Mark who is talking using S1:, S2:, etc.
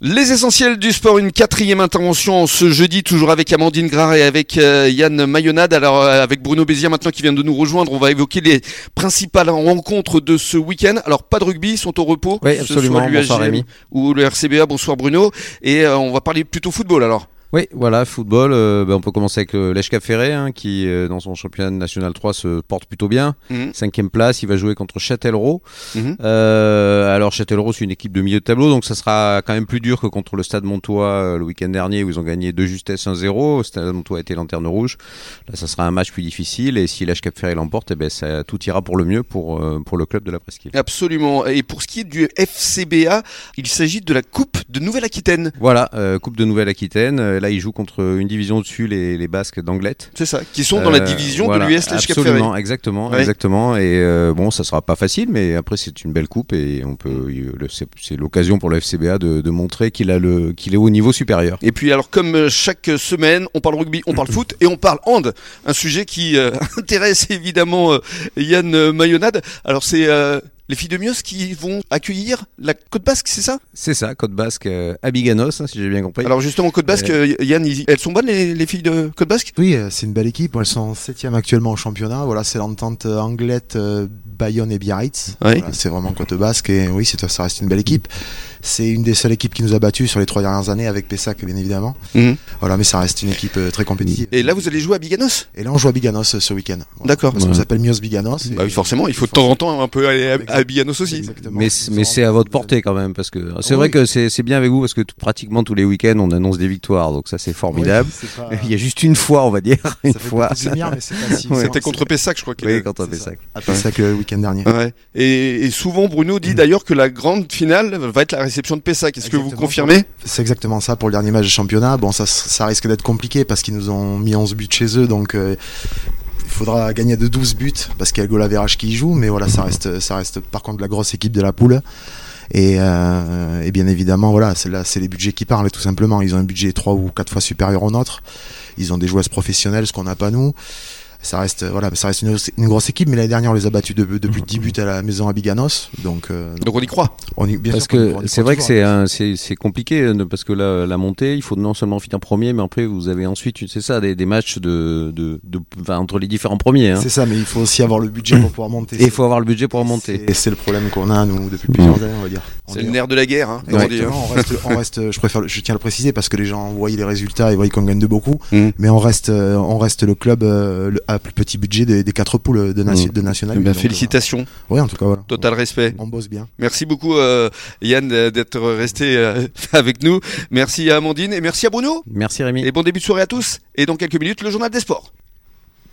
S1: Les essentiels du sport, une quatrième intervention ce jeudi, toujours avec Amandine Grard et avec euh, Yann Mayonade. Alors euh, avec Bruno Bézier maintenant qui vient de nous rejoindre, on va évoquer les principales rencontres de ce week-end. Alors pas de rugby, ils sont au repos.
S2: Oui,
S1: que ce
S2: absolument.
S1: soit
S2: Bonsoir,
S1: l'UHGM
S2: Rémi.
S1: ou le RCBA, bonsoir Bruno. Et euh, on va parler plutôt football alors.
S2: Oui, voilà, football. euh, ben, on peut commencer avec euh, Lech Ferré, hein, qui euh, dans son championnat national 3 se porte plutôt bien.
S1: Mhm.
S2: Cinquième place, il va jouer contre Châtellerault.
S1: Mhm.
S2: Euh, alors Châtellerault, c'est une équipe de milieu de tableau, donc ça sera quand même plus dur que contre le Stade Montois euh, le week-end dernier, où ils ont gagné de justesse 1-0. Le Stade Montois était lanterne rouge. Là, ça sera un match plus difficile, et si Lech Ferré l'emporte, eh ben, ça, tout ira pour le mieux pour, euh, pour le club de la Presqu'île.
S1: Absolument. Et pour ce qui est du FCBA, il s'agit de la Coupe de Nouvelle-Aquitaine.
S2: Voilà, euh, Coupe de Nouvelle-Aquitaine. Euh, Là, ils jouent contre une division dessus, les, les Basques d'Anglette.
S1: C'est ça, qui sont dans la
S2: Euh,
S1: division
S2: voilà,
S1: de l'US Lech Cap Ferré.
S2: Absolument, exactement,
S1: Ouais.
S2: exactement. Et euh, bon, ça sera pas facile, mais après c'est une belle coupe et on peut, euh, le- c'est c'est l'occasion pour le FCBA de, de montrer qu'il a le, qu'il est au niveau supérieur.
S1: Et puis alors comme euh, chaque semaine, on parle rugby, on parle foot et on parle hand, un sujet qui euh, intéresse évidemment euh, Yann euh, Mayonnade. Alors c'est euh, les filles de Mios qui vont accueillir la Côte Basque, c'est ça
S2: C'est ça, Côte Basque, euh, à Biganos, hein, si j'ai bien compris.
S1: Alors justement Côte Basque, euh, Yann, ils- elles sont bonnes les, les filles de Côte Basque
S3: Oui, euh, c'est une belle équipe. Elles sont septième actuellement au championnat. Voilà, c'est l'entente euh, Anglette, euh, Bayonne et Biarritz.
S1: Oui.
S3: Voilà, c'est vraiment Côte Basque. Et oui, c'est, ça reste une belle équipe. C'est une des seules équipes qui nous a battus sur les trois dernières années avec Pessac, bien évidemment.
S1: Mhm.
S3: Voilà, mais ça reste une équipe euh, très compétitive.
S1: Et là vous allez jouer à Biganos
S3: Et là, on joue à Biganos euh, ce week-end. Voilà.
S1: D'accord.
S3: Parce qu'on
S2: Ouais.
S3: s'appelle Mios Biganos. Et-
S1: Bah oui forcément, il faut de temps en temps un peu aller à, à Biganos aussi.
S3: Exactement.
S2: mais
S3: Ils
S2: mais
S3: ont
S2: c'est à votre portée quand même, parce que c'est
S3: Oui.
S2: vrai que c'est c'est bien avec vous, parce que tout- pratiquement tous les week-ends on annonce des victoires, donc ça c'est formidable.
S3: Oui, c'est pas-
S2: Il y a juste une fois, on va dire, une
S3: ça fait
S2: fois.
S3: beaucoup de lumière, mais c'est pas si-
S2: Ouais.
S3: c'est-
S1: C'était contre Pessac je crois. qu'il-
S2: Oui, quand on
S3: c'est
S2: fait
S3: ça.
S2: ça.
S3: à Pessac euh, le week-end dernier.
S1: Ouais. Et, et souvent Bruno dit d'ailleurs que la grande finale va être la réception de Pessac. Est-ce que vous
S3: Exactement.
S1: confirmez
S3: C'est exactement ça pour le dernier match de championnat. Bon, ça, ça risque d'être compliqué parce qu'ils nous ont mis 11 buts chez eux, donc euh, il faudra gagner de 12 buts parce qu'il y a Golaverage qui y joue. Mais voilà,
S2: Mhm.
S3: ça reste, ça reste par contre la grosse équipe de la poule. Et, euh, et bien évidemment, voilà, c'est là, c'est les budgets qui parlent tout simplement. Ils ont un budget 3 ou 4 fois supérieur au nôtre. Ils ont des joueuses professionnelles, ce qu'on n'a pas nous. Ça reste, voilà, ça reste une, une grosse équipe, mais l'année dernière, on les a battus de, de plus de
S2: Mhm.
S3: 10 buts à la maison à Biganos. Donc, euh,
S1: Donc on y croit.
S3: on y, bien
S2: Parce
S3: sûr qu'on y
S2: que
S3: croit- on y
S2: c'est
S3: croit
S2: vrai que
S3: toujours. hein,
S2: c'est un- c'est c'est compliqué euh, parce que la, la montée, il faut non seulement finir premier, mais après vous avez ensuite, c'est ça, des, des matchs de, de, de- enfin, entre les différents premiers. hein.
S3: C'est ça, mais il faut aussi avoir le budget pour pouvoir monter.
S2: Et il faut avoir le budget pour remonter.
S3: Et c'est le problème qu'on a, nous, depuis plusieurs années, on va dire. On
S1: C'est
S3: est-
S1: le nerf de la guerre. Hein, comme on dit, hein.
S3: Exactement, on reste, on reste, je préfère, le- je tiens à le préciser parce que les gens voient les résultats et voient qu'on gagne de beaucoup,
S1: Mm.
S3: mais on reste, euh, on reste le club euh, le- à plus petit budget des, des quatre poules
S2: Mm.
S3: de, nation, de national.
S1: Eh bien,
S3: Donc,
S1: félicitations,
S3: euh, ouais, en tout cas, voilà.
S1: total respect.
S3: On bosse bien.
S1: Merci beaucoup euh, Yann euh, d'être resté euh, avec nous. Merci à Amandine et merci à Bruno.
S2: Merci Rémi.
S1: Et bon début de soirée à tous. Et dans quelques minutes, le journal des sports.